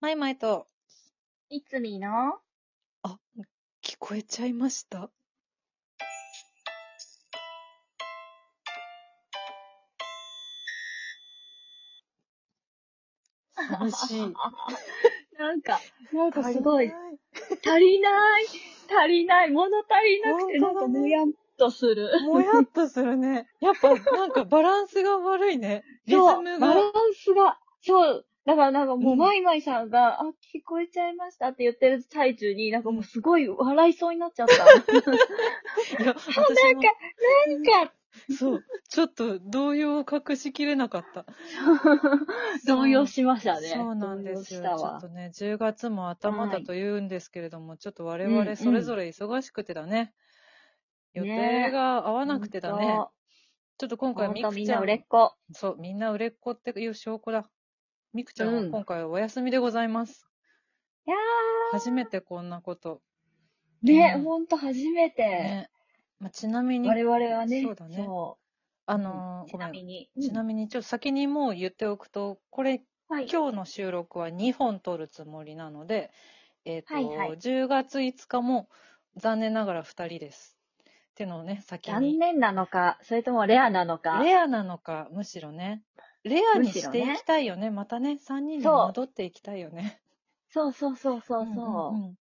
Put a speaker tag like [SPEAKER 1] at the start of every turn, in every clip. [SPEAKER 1] マイマイと、
[SPEAKER 2] いつみの
[SPEAKER 1] あ、聞こえちゃいま した。悲しい。
[SPEAKER 2] なんか、
[SPEAKER 1] なん
[SPEAKER 2] かすごい足りない、足りない、物足りなくて、な
[SPEAKER 1] 本
[SPEAKER 2] ん
[SPEAKER 1] 当
[SPEAKER 2] か
[SPEAKER 1] だね
[SPEAKER 2] もやっとする。
[SPEAKER 1] もやっとするね。やっぱ、なんかバランスが悪いね。リズ
[SPEAKER 2] そう、
[SPEAKER 1] ム
[SPEAKER 2] バ
[SPEAKER 1] が。
[SPEAKER 2] ランスが、そう、だからなんかも
[SPEAKER 1] う
[SPEAKER 2] う、
[SPEAKER 1] ん
[SPEAKER 2] マイマイさんが、あ、聞こえちゃいましたって言ってる最中に、なんかもうすごい笑いそうになっち ゃった。なんか、
[SPEAKER 1] いや、私も、そう、ちょっと動揺を隠しきれなかった。
[SPEAKER 2] 動揺しましたね。
[SPEAKER 1] そうなんですよ。ち
[SPEAKER 2] 動
[SPEAKER 1] ょ
[SPEAKER 2] 揺した
[SPEAKER 1] っ
[SPEAKER 2] わ
[SPEAKER 1] と。ね、10月も頭だ
[SPEAKER 2] はい
[SPEAKER 1] と言うんですけれども、ちょっと我
[SPEAKER 2] うんう
[SPEAKER 1] 々
[SPEAKER 2] ん
[SPEAKER 1] それぞれ忙しくてだね。予定
[SPEAKER 2] ね
[SPEAKER 1] が合わなくてだね。
[SPEAKER 2] ほんと
[SPEAKER 1] ちょっと今回
[SPEAKER 2] ほん
[SPEAKER 1] み
[SPEAKER 2] と
[SPEAKER 1] く
[SPEAKER 2] みん
[SPEAKER 1] ちゃ
[SPEAKER 2] な売れ
[SPEAKER 1] ん、
[SPEAKER 2] っ子。
[SPEAKER 1] そう、みんな売れっ子っていう証拠だ。みくちゃんは
[SPEAKER 2] うん
[SPEAKER 1] 今回お休みでございます。
[SPEAKER 2] いや
[SPEAKER 1] 初めてこんなこと。
[SPEAKER 2] ー、ね、
[SPEAKER 1] うん
[SPEAKER 2] ほんと初めて。
[SPEAKER 1] ね。まあ、ちなみに、
[SPEAKER 2] 我々はね、
[SPEAKER 1] そうだね
[SPEAKER 2] そ
[SPEAKER 1] あ
[SPEAKER 2] う
[SPEAKER 1] のー
[SPEAKER 2] ち
[SPEAKER 1] ご
[SPEAKER 2] な
[SPEAKER 1] めん
[SPEAKER 2] み。に。
[SPEAKER 1] ちなみに、ちょっと先にもう言っておくと、これ、
[SPEAKER 2] はい。
[SPEAKER 1] 今日の収録は2本撮るつもりなので、えっ、と、
[SPEAKER 2] はいはい
[SPEAKER 1] 10月5日も残念ながら2人です。ってのをね、先
[SPEAKER 2] 残
[SPEAKER 1] に。
[SPEAKER 2] 念なのか、それともレアなのか。
[SPEAKER 1] レアなのか、むしろね。レアにしていきたいよね。またね、3人で戻っていきたいよね。
[SPEAKER 2] そうそうそうそうそう。
[SPEAKER 1] んんん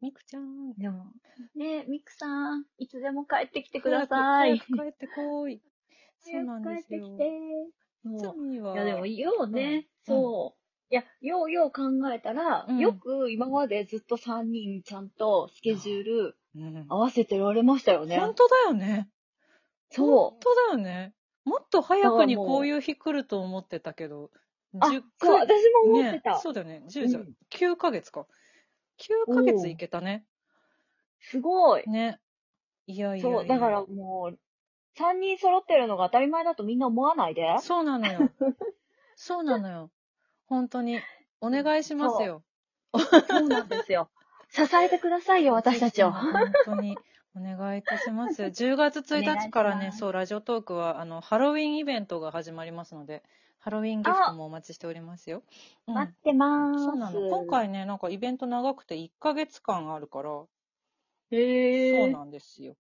[SPEAKER 1] みくちゃん。
[SPEAKER 2] でも、ねミクさん、いつでも帰ってきてください。
[SPEAKER 1] 早く帰ってこい。そうなん
[SPEAKER 2] 早く帰
[SPEAKER 1] で
[SPEAKER 2] っ
[SPEAKER 1] す
[SPEAKER 2] て
[SPEAKER 1] よ
[SPEAKER 2] き。て。
[SPEAKER 1] い
[SPEAKER 2] そ
[SPEAKER 1] つみ
[SPEAKER 2] う
[SPEAKER 1] はい
[SPEAKER 2] や、でも、ようね、
[SPEAKER 1] うん
[SPEAKER 2] そう。いや、ようよう考えたら、
[SPEAKER 1] うん
[SPEAKER 2] よく今までずっと3人ちゃんとスケジュール
[SPEAKER 1] うん
[SPEAKER 2] 合わせてられましたよね。
[SPEAKER 1] 本当だよね。
[SPEAKER 2] そ
[SPEAKER 1] 本当だよね。もっと早くにこういう日来ると思ってたけど、
[SPEAKER 2] う。あ、そう、
[SPEAKER 1] 10
[SPEAKER 2] 私も思って
[SPEAKER 1] ね
[SPEAKER 2] た。、
[SPEAKER 1] そうだよね。10じゃ、
[SPEAKER 2] うん
[SPEAKER 1] 9ヶ月か。9ヶ月いけたね。
[SPEAKER 2] すごい。
[SPEAKER 1] ね。いやいやいや
[SPEAKER 2] そう、だから、もう、3人揃ってるのが当たり前だとみんな思わないで。
[SPEAKER 1] そうなの よ。そうなのよ。本当に。お願いしますよ。
[SPEAKER 2] そうなんですよ。支えてくださいよ、私たちを。
[SPEAKER 1] 本当に。お願いいたします よ。10月1日から
[SPEAKER 2] お願
[SPEAKER 1] ね、
[SPEAKER 2] いします
[SPEAKER 1] そう、ラジオトークは、あの、ハロウィンイベントが始まりますので、ハロウィンギフトもお待ちしておりますよ。うん
[SPEAKER 2] 待ってまーす。
[SPEAKER 1] そうなの。今。回ね、なんかイベント長くて1ヶ月間あるから、
[SPEAKER 2] へー。
[SPEAKER 1] そうなんですよ。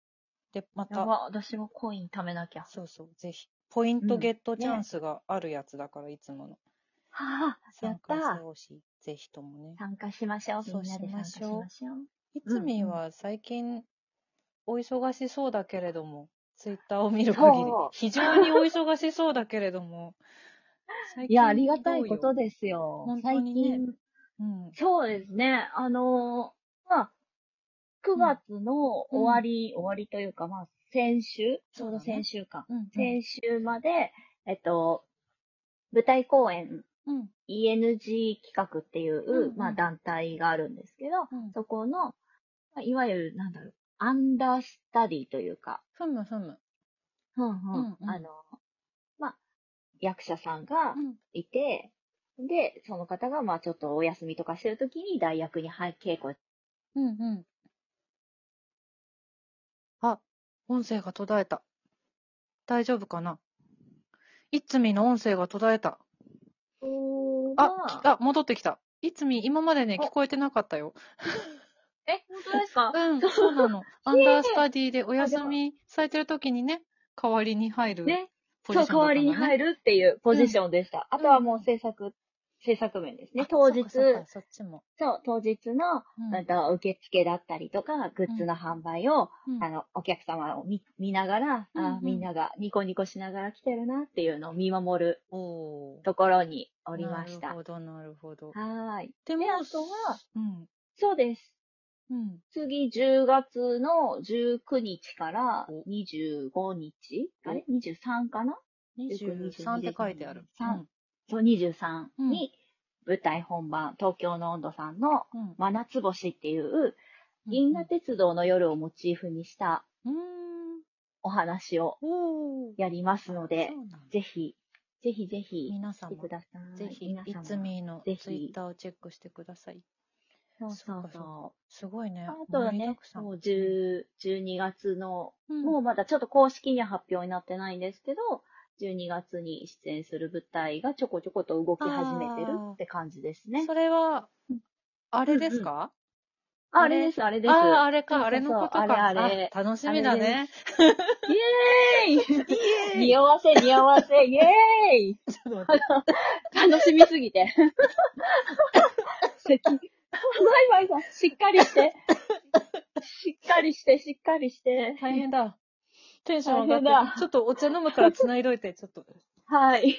[SPEAKER 1] で、ま
[SPEAKER 2] や
[SPEAKER 1] た、
[SPEAKER 2] ば、私もコイン貯めなきゃ。
[SPEAKER 1] そうそう、ぜひ、ポイント
[SPEAKER 2] うん
[SPEAKER 1] ゲットチャンスがあるやつだから、いつもの。
[SPEAKER 2] はぁ、
[SPEAKER 1] 参
[SPEAKER 2] やっ
[SPEAKER 1] 加して
[SPEAKER 2] た。
[SPEAKER 1] ほしい。ぜひともね。
[SPEAKER 2] 参加しましょう。み
[SPEAKER 1] そうん
[SPEAKER 2] なで
[SPEAKER 1] し
[SPEAKER 2] 参
[SPEAKER 1] ま
[SPEAKER 2] 加
[SPEAKER 1] し
[SPEAKER 2] し
[SPEAKER 1] ょう
[SPEAKER 2] ましょう。
[SPEAKER 1] いつみは最近、お忙しそうだけれども、ツイッターを見る限り
[SPEAKER 2] そう、
[SPEAKER 1] 非常にお忙しそうだけれども、最
[SPEAKER 2] いや、ありがたいこ
[SPEAKER 1] どう
[SPEAKER 2] と
[SPEAKER 1] よ
[SPEAKER 2] ですよ。
[SPEAKER 1] 本当
[SPEAKER 2] 最
[SPEAKER 1] にね
[SPEAKER 2] 近、
[SPEAKER 1] うん。
[SPEAKER 2] そうですね。あのー、まあ、9月の終わり、終わりというか、まあ、先週、ちょうど先週か。
[SPEAKER 1] うん。
[SPEAKER 2] 先週まで、えっと、舞台公演、
[SPEAKER 1] うん。
[SPEAKER 2] ENG 企画っていう、
[SPEAKER 1] うんうん
[SPEAKER 2] まあ団体があるんですけど、
[SPEAKER 1] うん
[SPEAKER 2] そこの、まあいわゆる、なんだろう、アンダースタディというか、
[SPEAKER 1] ふむふむ。
[SPEAKER 2] うんうん
[SPEAKER 1] うんうん
[SPEAKER 2] あの、まあ、役者さんが
[SPEAKER 1] うん。
[SPEAKER 2] いて、で、その方が、まあちょっとお休みとかしてるときに代役に入稽古、
[SPEAKER 1] うんうん。あ、音声が途絶えた。大丈夫かないつみの音声が途絶えた。あ、きあ、戻ってきた。いつみ、今までね、
[SPEAKER 2] お
[SPEAKER 1] 聞こえてなかったよ。
[SPEAKER 2] え、本当ですか
[SPEAKER 1] うん、そうなの。アンダースタディでお休みされてる時にね、代わりに入る。
[SPEAKER 2] ね、
[SPEAKER 1] ポジ
[SPEAKER 2] そう、
[SPEAKER 1] ション
[SPEAKER 2] 代わりに入
[SPEAKER 1] る。
[SPEAKER 2] るっていうポジションでした。
[SPEAKER 1] ん
[SPEAKER 2] あとはもう制作、制作面ですね。当日、
[SPEAKER 1] あ
[SPEAKER 2] そ
[SPEAKER 1] そっ
[SPEAKER 2] う
[SPEAKER 1] かそっかそっちも。
[SPEAKER 2] 当日の、
[SPEAKER 1] うん
[SPEAKER 2] うんと、受付だったりとか、グッズの販売を、
[SPEAKER 1] うん
[SPEAKER 2] あの、お客様を見見ながら、あー
[SPEAKER 1] うんうん
[SPEAKER 2] みんながニコニコしながら来てるなっていうのを見守る
[SPEAKER 1] おー
[SPEAKER 2] ところにおりまし
[SPEAKER 1] な
[SPEAKER 2] た。
[SPEAKER 1] る
[SPEAKER 2] は
[SPEAKER 1] ほど、なるほど。
[SPEAKER 2] ーい。
[SPEAKER 1] で
[SPEAKER 2] で
[SPEAKER 1] も
[SPEAKER 2] あとは、
[SPEAKER 1] うん。
[SPEAKER 2] そうです。
[SPEAKER 1] うん。
[SPEAKER 2] 次、10月の19日から
[SPEAKER 1] お
[SPEAKER 2] 25日
[SPEAKER 1] お
[SPEAKER 2] あれ ?23 かな
[SPEAKER 1] 23って書いてある。
[SPEAKER 2] 23そう、23
[SPEAKER 1] うん
[SPEAKER 2] に舞台本番、東京の温度さんの
[SPEAKER 1] うん。うん
[SPEAKER 2] 真夏星っていう、
[SPEAKER 1] うん
[SPEAKER 2] 銀河鉄道の夜をモチーフにした
[SPEAKER 1] うーん。
[SPEAKER 2] お話を
[SPEAKER 1] おー
[SPEAKER 2] やりますので
[SPEAKER 1] そう、なんだ
[SPEAKER 2] ぜひ、ぜひぜひ、
[SPEAKER 1] 皆
[SPEAKER 2] 来
[SPEAKER 1] 様
[SPEAKER 2] て、ください。
[SPEAKER 1] ぜひ、
[SPEAKER 2] 皆
[SPEAKER 1] い
[SPEAKER 2] 様
[SPEAKER 1] つみのツ
[SPEAKER 2] ぜひ
[SPEAKER 1] イッターをチェックしてください。
[SPEAKER 2] そうそう
[SPEAKER 1] そうか
[SPEAKER 2] そ
[SPEAKER 1] すごいね。
[SPEAKER 2] う。あとは
[SPEAKER 1] 盛りだ
[SPEAKER 2] ね
[SPEAKER 1] く、さん
[SPEAKER 2] もう10 12月の、
[SPEAKER 1] うん
[SPEAKER 2] もうまだちょっと公式には発表になってないんですけど、 12月に出演する舞台がちょこちょこと動き始めてる
[SPEAKER 1] あー
[SPEAKER 2] って感じですね。
[SPEAKER 1] それは
[SPEAKER 2] うん、
[SPEAKER 1] あれですか、
[SPEAKER 2] あれです、あれです。
[SPEAKER 1] ああ、あれか、
[SPEAKER 2] そうそうそ
[SPEAKER 1] あれ
[SPEAKER 2] う
[SPEAKER 1] のことか。
[SPEAKER 2] あれあれ
[SPEAKER 1] あ楽しみだね。
[SPEAKER 2] イェーイ 匂わせ、匂わせ、イェーイ
[SPEAKER 1] ちょっと待って
[SPEAKER 2] 楽しみすぎて。 咳バイバイさん、しっかりして。しっかりして、しっかりして。
[SPEAKER 1] 大変だ。テンション上
[SPEAKER 2] 大
[SPEAKER 1] が
[SPEAKER 2] 変
[SPEAKER 1] っ
[SPEAKER 2] だ
[SPEAKER 1] て。ちょっとお茶飲むから繋いどいて、ちょっ と。
[SPEAKER 2] はい。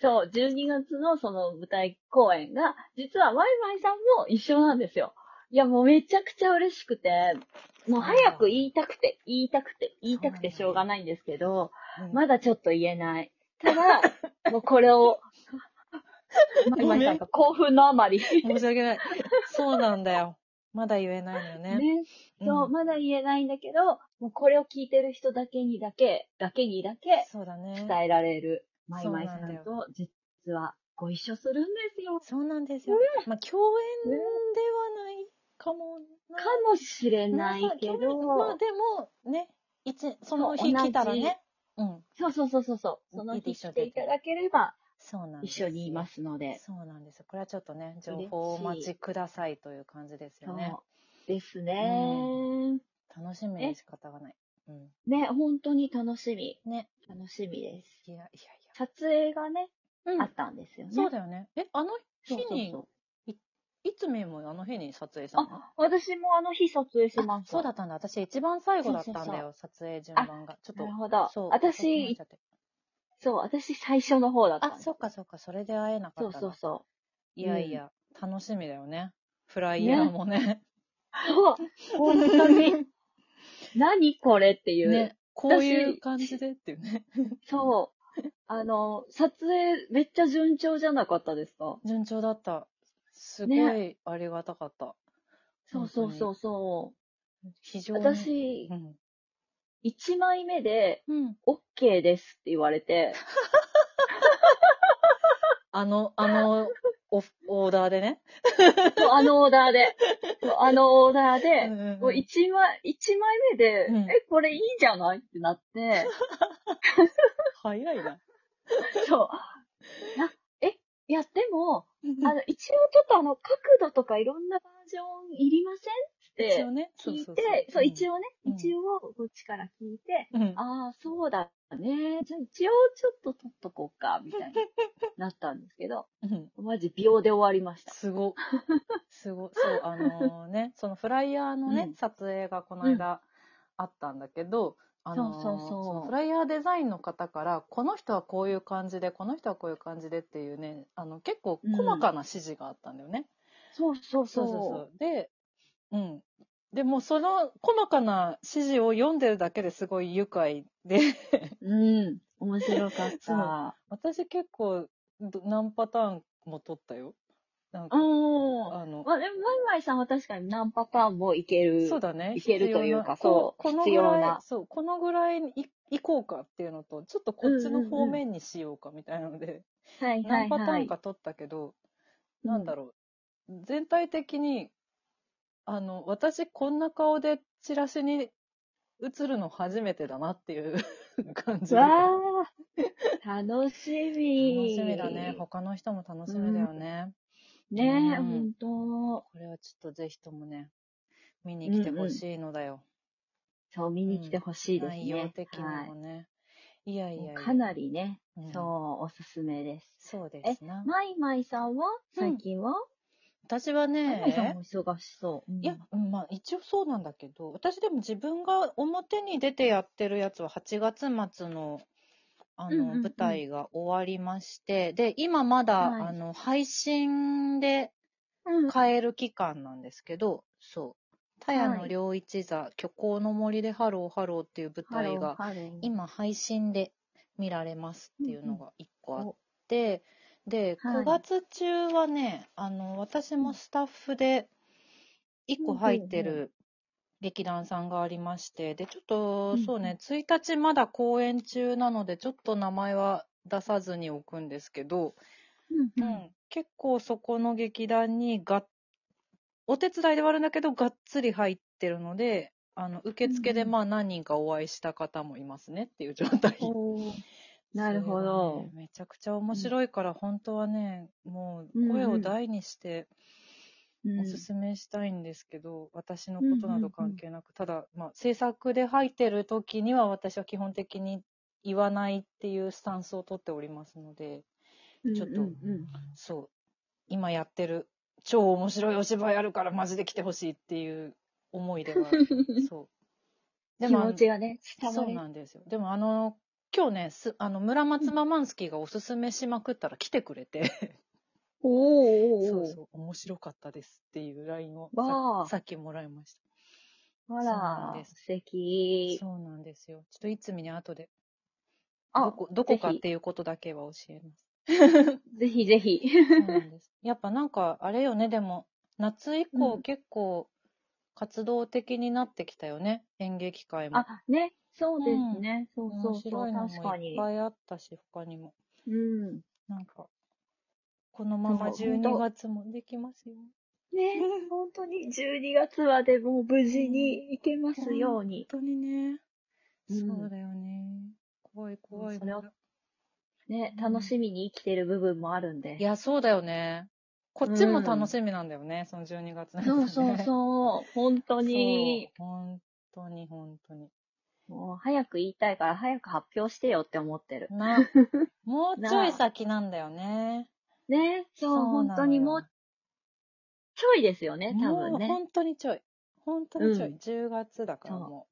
[SPEAKER 2] そう、12月のその舞台公演が、実はワイワイさんも一緒なんですよ。いや、もうめちゃくちゃ嬉しくて、もう早く言いたくて、言いたくて、言いたくてしょうがないんですけど、まだちょっと言えない。ただ、 もうこれ を、
[SPEAKER 1] ごめ
[SPEAKER 2] 今
[SPEAKER 1] ん
[SPEAKER 2] なんか興奮のあまり。
[SPEAKER 1] 申し訳ない。そうなんだよ。まだ言えないのよね。
[SPEAKER 2] ね、
[SPEAKER 1] うん
[SPEAKER 2] そう、まだ言えないんだけど、もうこれを聞いてる人だけにだけ、だけにだけ
[SPEAKER 1] そうだね。
[SPEAKER 2] 伝えられる、マイ
[SPEAKER 1] そう
[SPEAKER 2] マ
[SPEAKER 1] なん
[SPEAKER 2] イ
[SPEAKER 1] だよ
[SPEAKER 2] さんと実はご一緒するんですよ。
[SPEAKER 1] そうなんですよ。まあ、共演ではないかもな。
[SPEAKER 2] かもしれないけど、
[SPEAKER 1] まあ、でも、ね、いつ、その日
[SPEAKER 2] そう
[SPEAKER 1] 来たらね。うん。
[SPEAKER 2] そうそうそうそうそう、その日来ていただければ
[SPEAKER 1] そうなんで
[SPEAKER 2] 一
[SPEAKER 1] す。
[SPEAKER 2] 緒にいますので。
[SPEAKER 1] そうなんです。これはちょっとね、情報をお待ちくださいという感じですよね
[SPEAKER 2] そ。うですね。
[SPEAKER 1] 楽しみで仕方がない。うん。
[SPEAKER 2] ね、本当に楽しみ。
[SPEAKER 1] ね。
[SPEAKER 2] 楽しみです。
[SPEAKER 1] いやいやい
[SPEAKER 2] 撮影がね、
[SPEAKER 1] や。
[SPEAKER 2] あったんですよね。
[SPEAKER 1] そうだよね。え、あの日
[SPEAKER 2] そうそう
[SPEAKER 1] に、
[SPEAKER 2] そう
[SPEAKER 1] いつめもあの日に撮影したの
[SPEAKER 2] 私もあの日撮影しました。
[SPEAKER 1] そうだったんだ。私一番最後だったんだよ、
[SPEAKER 2] そうそう
[SPEAKER 1] 撮影順番が。ちょっ
[SPEAKER 2] なる
[SPEAKER 1] と。
[SPEAKER 2] ほど。
[SPEAKER 1] そう。遅くなっ
[SPEAKER 2] 私
[SPEAKER 1] ちゃ、って
[SPEAKER 2] そう、私最初の方だったん
[SPEAKER 1] あ、
[SPEAKER 2] です
[SPEAKER 1] そっかそっか、それで会えなか
[SPEAKER 2] そ
[SPEAKER 1] っ
[SPEAKER 2] う
[SPEAKER 1] た
[SPEAKER 2] そう
[SPEAKER 1] な。
[SPEAKER 2] そ
[SPEAKER 1] いやいや、楽しみだよね。フライヤーもね。
[SPEAKER 2] う。そう、本当 に。何これっていう。
[SPEAKER 1] ね。こういう感じでっていうね。
[SPEAKER 2] そう。あの、撮影めっちゃ順調じゃなかったですか
[SPEAKER 1] 順調だった。すごい
[SPEAKER 2] ね
[SPEAKER 1] ありがたかった。
[SPEAKER 2] そうそうそうそ
[SPEAKER 1] 非
[SPEAKER 2] う。
[SPEAKER 1] 常に。
[SPEAKER 2] 私
[SPEAKER 1] う、ん。
[SPEAKER 2] 1枚目で
[SPEAKER 1] うん。
[SPEAKER 2] OK ですって言われ て、
[SPEAKER 1] あの、あの、オフオーダーでね。
[SPEAKER 2] そうあのオーダーで、そうあのオーダー
[SPEAKER 1] うん
[SPEAKER 2] で、
[SPEAKER 1] うんうん
[SPEAKER 2] もう一枚、一枚目で、
[SPEAKER 1] うん
[SPEAKER 2] え、これいいんじゃないってなって、
[SPEAKER 1] 早いな。
[SPEAKER 2] そう。なえ、いや、でも、あの、一応ちょっとあの、角度とかいろんなバージョンいりませ
[SPEAKER 1] 一
[SPEAKER 2] ん
[SPEAKER 1] 応
[SPEAKER 2] って
[SPEAKER 1] ね、
[SPEAKER 2] 聞いて、そ
[SPEAKER 1] 応。
[SPEAKER 2] う一応ね、
[SPEAKER 1] うん
[SPEAKER 2] 一応こっちから聞いて、
[SPEAKER 1] うん
[SPEAKER 2] ああ、そうだね。じゃあ一応ちょっと撮っとこうか、みたいになったんですけど、
[SPEAKER 1] うん。
[SPEAKER 2] マジ秒で終わりました。
[SPEAKER 1] す ご。すご。そう、あのね、そのフライヤーのね、
[SPEAKER 2] うん
[SPEAKER 1] 撮影がこの間あったんだけど、あの
[SPEAKER 2] そうそうそう
[SPEAKER 1] のフライヤーデザインの方から、この人はこういう感じで、この人はこういう感じでっていうね、あの、結構細かな指示があったんだよね。
[SPEAKER 2] そうそう
[SPEAKER 1] そうそうそう。で、うん。でもその細かな指示を読んでるだけですごい愉快で、
[SPEAKER 2] う。うん。面白かっ
[SPEAKER 1] そう
[SPEAKER 2] た。
[SPEAKER 1] 私結構ど何パターンも取ったよ。なんか、
[SPEAKER 2] うん。
[SPEAKER 1] あの、
[SPEAKER 2] まあ、でも、マイマイさんは確かに何パターンもいける。
[SPEAKER 1] そうだね。
[SPEAKER 2] いけるというか
[SPEAKER 1] 必要な
[SPEAKER 2] そう
[SPEAKER 1] このこの
[SPEAKER 2] 必要
[SPEAKER 1] ぐらい
[SPEAKER 2] な、
[SPEAKER 1] そう、このぐらいいいこうかっていうのと、ちょっとこっち
[SPEAKER 2] うんうん
[SPEAKER 1] の
[SPEAKER 2] うん
[SPEAKER 1] 方面にしようかみたいなので、
[SPEAKER 2] はいはいは
[SPEAKER 1] 何
[SPEAKER 2] い。
[SPEAKER 1] パターンか取ったけど、なんだ
[SPEAKER 2] ろ
[SPEAKER 1] ろう、全体的に、あの、私こんな顔でチラシに映るの初めてだなっていう 感じで。
[SPEAKER 2] わ
[SPEAKER 1] 楽
[SPEAKER 2] あ、楽しみ。
[SPEAKER 1] しみだね。他の人も楽しみだよね。
[SPEAKER 2] ねえ、
[SPEAKER 1] うん
[SPEAKER 2] 本当
[SPEAKER 1] これはちょっとぜひともね、見に来てほしいのだよ。
[SPEAKER 2] そう、見に来てほしいですね。
[SPEAKER 1] 内容的に
[SPEAKER 2] はい
[SPEAKER 1] もね。いやいやいや。
[SPEAKER 2] かなりね、
[SPEAKER 1] うん
[SPEAKER 2] そう、おすすめです。
[SPEAKER 1] そうですな。
[SPEAKER 2] マイマイさんは
[SPEAKER 1] うん
[SPEAKER 2] 最近は、
[SPEAKER 1] 私は
[SPEAKER 2] マイマイさん
[SPEAKER 1] ね、
[SPEAKER 2] も忙しそう。
[SPEAKER 1] いや、うんまあ一応そうなんだけど、私でも自分が表に出てやってるやつは8月末の、あ
[SPEAKER 2] うん
[SPEAKER 1] の、
[SPEAKER 2] うんうん
[SPEAKER 1] 舞台が終わりまして、で、今まだ、
[SPEAKER 2] はい
[SPEAKER 1] あの、配信で
[SPEAKER 2] うん、
[SPEAKER 1] 買える期間なんですけど、そう。田谷
[SPEAKER 2] は
[SPEAKER 1] の
[SPEAKER 2] い
[SPEAKER 1] 良一座、虚構の森でハローハローっていう舞
[SPEAKER 2] ハロ
[SPEAKER 1] 台
[SPEAKER 2] ー
[SPEAKER 1] が、
[SPEAKER 2] ハロー
[SPEAKER 1] 今配信で見られますっていうのが1個あっ
[SPEAKER 2] お
[SPEAKER 1] て、で、
[SPEAKER 2] はい
[SPEAKER 1] 9月中はね、あの、私もスタッフで1個入って
[SPEAKER 2] うんうん
[SPEAKER 1] る劇団さんがありまして、で、ちょっ
[SPEAKER 2] う
[SPEAKER 1] と、
[SPEAKER 2] んうん
[SPEAKER 1] そうね、1日まだ公演中なので、ちょっと名前は出さずに置くんですけど、
[SPEAKER 2] うん
[SPEAKER 1] う
[SPEAKER 2] うん
[SPEAKER 1] ん、結構そこの劇団にがっお手伝いではあるんだけどがっつり入ってるのであの受付で
[SPEAKER 2] うんう ん
[SPEAKER 1] まあ何人かお会いした方もいますねっていう状態、
[SPEAKER 2] おーなるほ
[SPEAKER 1] それ
[SPEAKER 2] ど
[SPEAKER 1] がね。めちゃくちゃ面白いから、本当はね、もう声
[SPEAKER 2] うんう
[SPEAKER 1] を
[SPEAKER 2] ん
[SPEAKER 1] 大にして
[SPEAKER 2] うん
[SPEAKER 1] おすすめしたいんですけど、私のことなど関係なく、ただ、まあ、制作で入ってる時には私は基本的に言わないっていうスタンスをとっておりますので、
[SPEAKER 2] うん
[SPEAKER 1] ちょっと
[SPEAKER 2] うんうん
[SPEAKER 1] そう、今やってる超面白いお芝居あるからマジで来てほしいっていう思いで は、そう。
[SPEAKER 2] 気持ちがね、伝わ
[SPEAKER 1] そう
[SPEAKER 2] る。
[SPEAKER 1] なんですよ。でもあの、今日ね、すあの村松ママンスキーがおすすめしまくったら来てくれて、そう
[SPEAKER 2] おーおーおー
[SPEAKER 1] そう、面白かったですっていう LINE を
[SPEAKER 2] わ
[SPEAKER 1] さ
[SPEAKER 2] あ
[SPEAKER 1] さっきもらいまし
[SPEAKER 2] あ
[SPEAKER 1] そうなん
[SPEAKER 2] ら
[SPEAKER 1] で、すた。
[SPEAKER 2] 素敵。
[SPEAKER 1] そうなんですよ。ちょっといつみに後で、ど
[SPEAKER 2] あ、
[SPEAKER 1] こ、どこか
[SPEAKER 2] ぜ
[SPEAKER 1] っ
[SPEAKER 2] ひ
[SPEAKER 1] ていうことだけは教えます。
[SPEAKER 2] ぜひぜひ。
[SPEAKER 1] そうなん です。やっぱなんか、あれよね、でも、夏以降
[SPEAKER 2] うん
[SPEAKER 1] 結構活動的になってきたよね、演劇界も。
[SPEAKER 2] あ、ね、そうですね。そう
[SPEAKER 1] 面
[SPEAKER 2] そうそ、
[SPEAKER 1] 白いうの
[SPEAKER 2] 確
[SPEAKER 1] も
[SPEAKER 2] か
[SPEAKER 1] いっ
[SPEAKER 2] に。
[SPEAKER 1] ぱいあったし、他にも。
[SPEAKER 2] うん。
[SPEAKER 1] なんか、このまま
[SPEAKER 2] そう本当
[SPEAKER 1] 12月もできますよ。
[SPEAKER 2] ね、 本当に12月までもう無事に行けますように。
[SPEAKER 1] 本当にね。
[SPEAKER 2] うん
[SPEAKER 1] そうだよね。怖い怖い。
[SPEAKER 2] それを
[SPEAKER 1] い
[SPEAKER 2] ね、楽しみに生きてる部分もあるんで。
[SPEAKER 1] や、そうだよね。こっちも楽しみなんだよね、その12月なんだよ
[SPEAKER 2] そ
[SPEAKER 1] ね
[SPEAKER 2] うそうそう、 本当に。
[SPEAKER 1] そう本当に本当に。
[SPEAKER 2] もう早く言いたいから早く発表してよって思ってる。
[SPEAKER 1] な、 もうちょい先なんだよね。
[SPEAKER 2] ね、そ
[SPEAKER 1] そ
[SPEAKER 2] う、
[SPEAKER 1] うなのよ
[SPEAKER 2] 本当にもうちょいですよね、多
[SPEAKER 1] も
[SPEAKER 2] 分
[SPEAKER 1] う
[SPEAKER 2] ね。
[SPEAKER 1] 本当にちょい。本当にちょい。
[SPEAKER 2] うん
[SPEAKER 1] 10月だから
[SPEAKER 2] そう
[SPEAKER 1] も、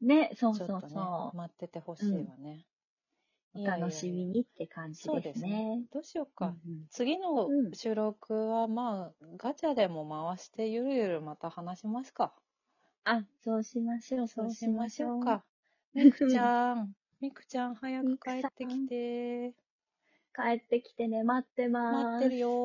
[SPEAKER 2] ね、そうう
[SPEAKER 1] ちょっ
[SPEAKER 2] そ
[SPEAKER 1] と
[SPEAKER 2] う
[SPEAKER 1] ね、
[SPEAKER 2] そ
[SPEAKER 1] 待っててほしいわね。
[SPEAKER 2] う。
[SPEAKER 1] い
[SPEAKER 2] お
[SPEAKER 1] やいやいや
[SPEAKER 2] 楽しみにって感じ
[SPEAKER 1] そう
[SPEAKER 2] で
[SPEAKER 1] ですすね
[SPEAKER 2] ね。。
[SPEAKER 1] どうしようか。
[SPEAKER 2] うんうん
[SPEAKER 1] 次の
[SPEAKER 2] うん
[SPEAKER 1] 収録は、まあ、ガチャでも回して、ゆるゆるまた話しますか。
[SPEAKER 2] あ、そうしましょう、
[SPEAKER 1] そうしましょう か。
[SPEAKER 2] うん
[SPEAKER 1] みくちゃん、みくちゃん、早く
[SPEAKER 2] みく
[SPEAKER 1] 帰
[SPEAKER 2] さん
[SPEAKER 1] ってきて。
[SPEAKER 2] 帰ってきてね、待ってます。
[SPEAKER 1] 待ってるよ。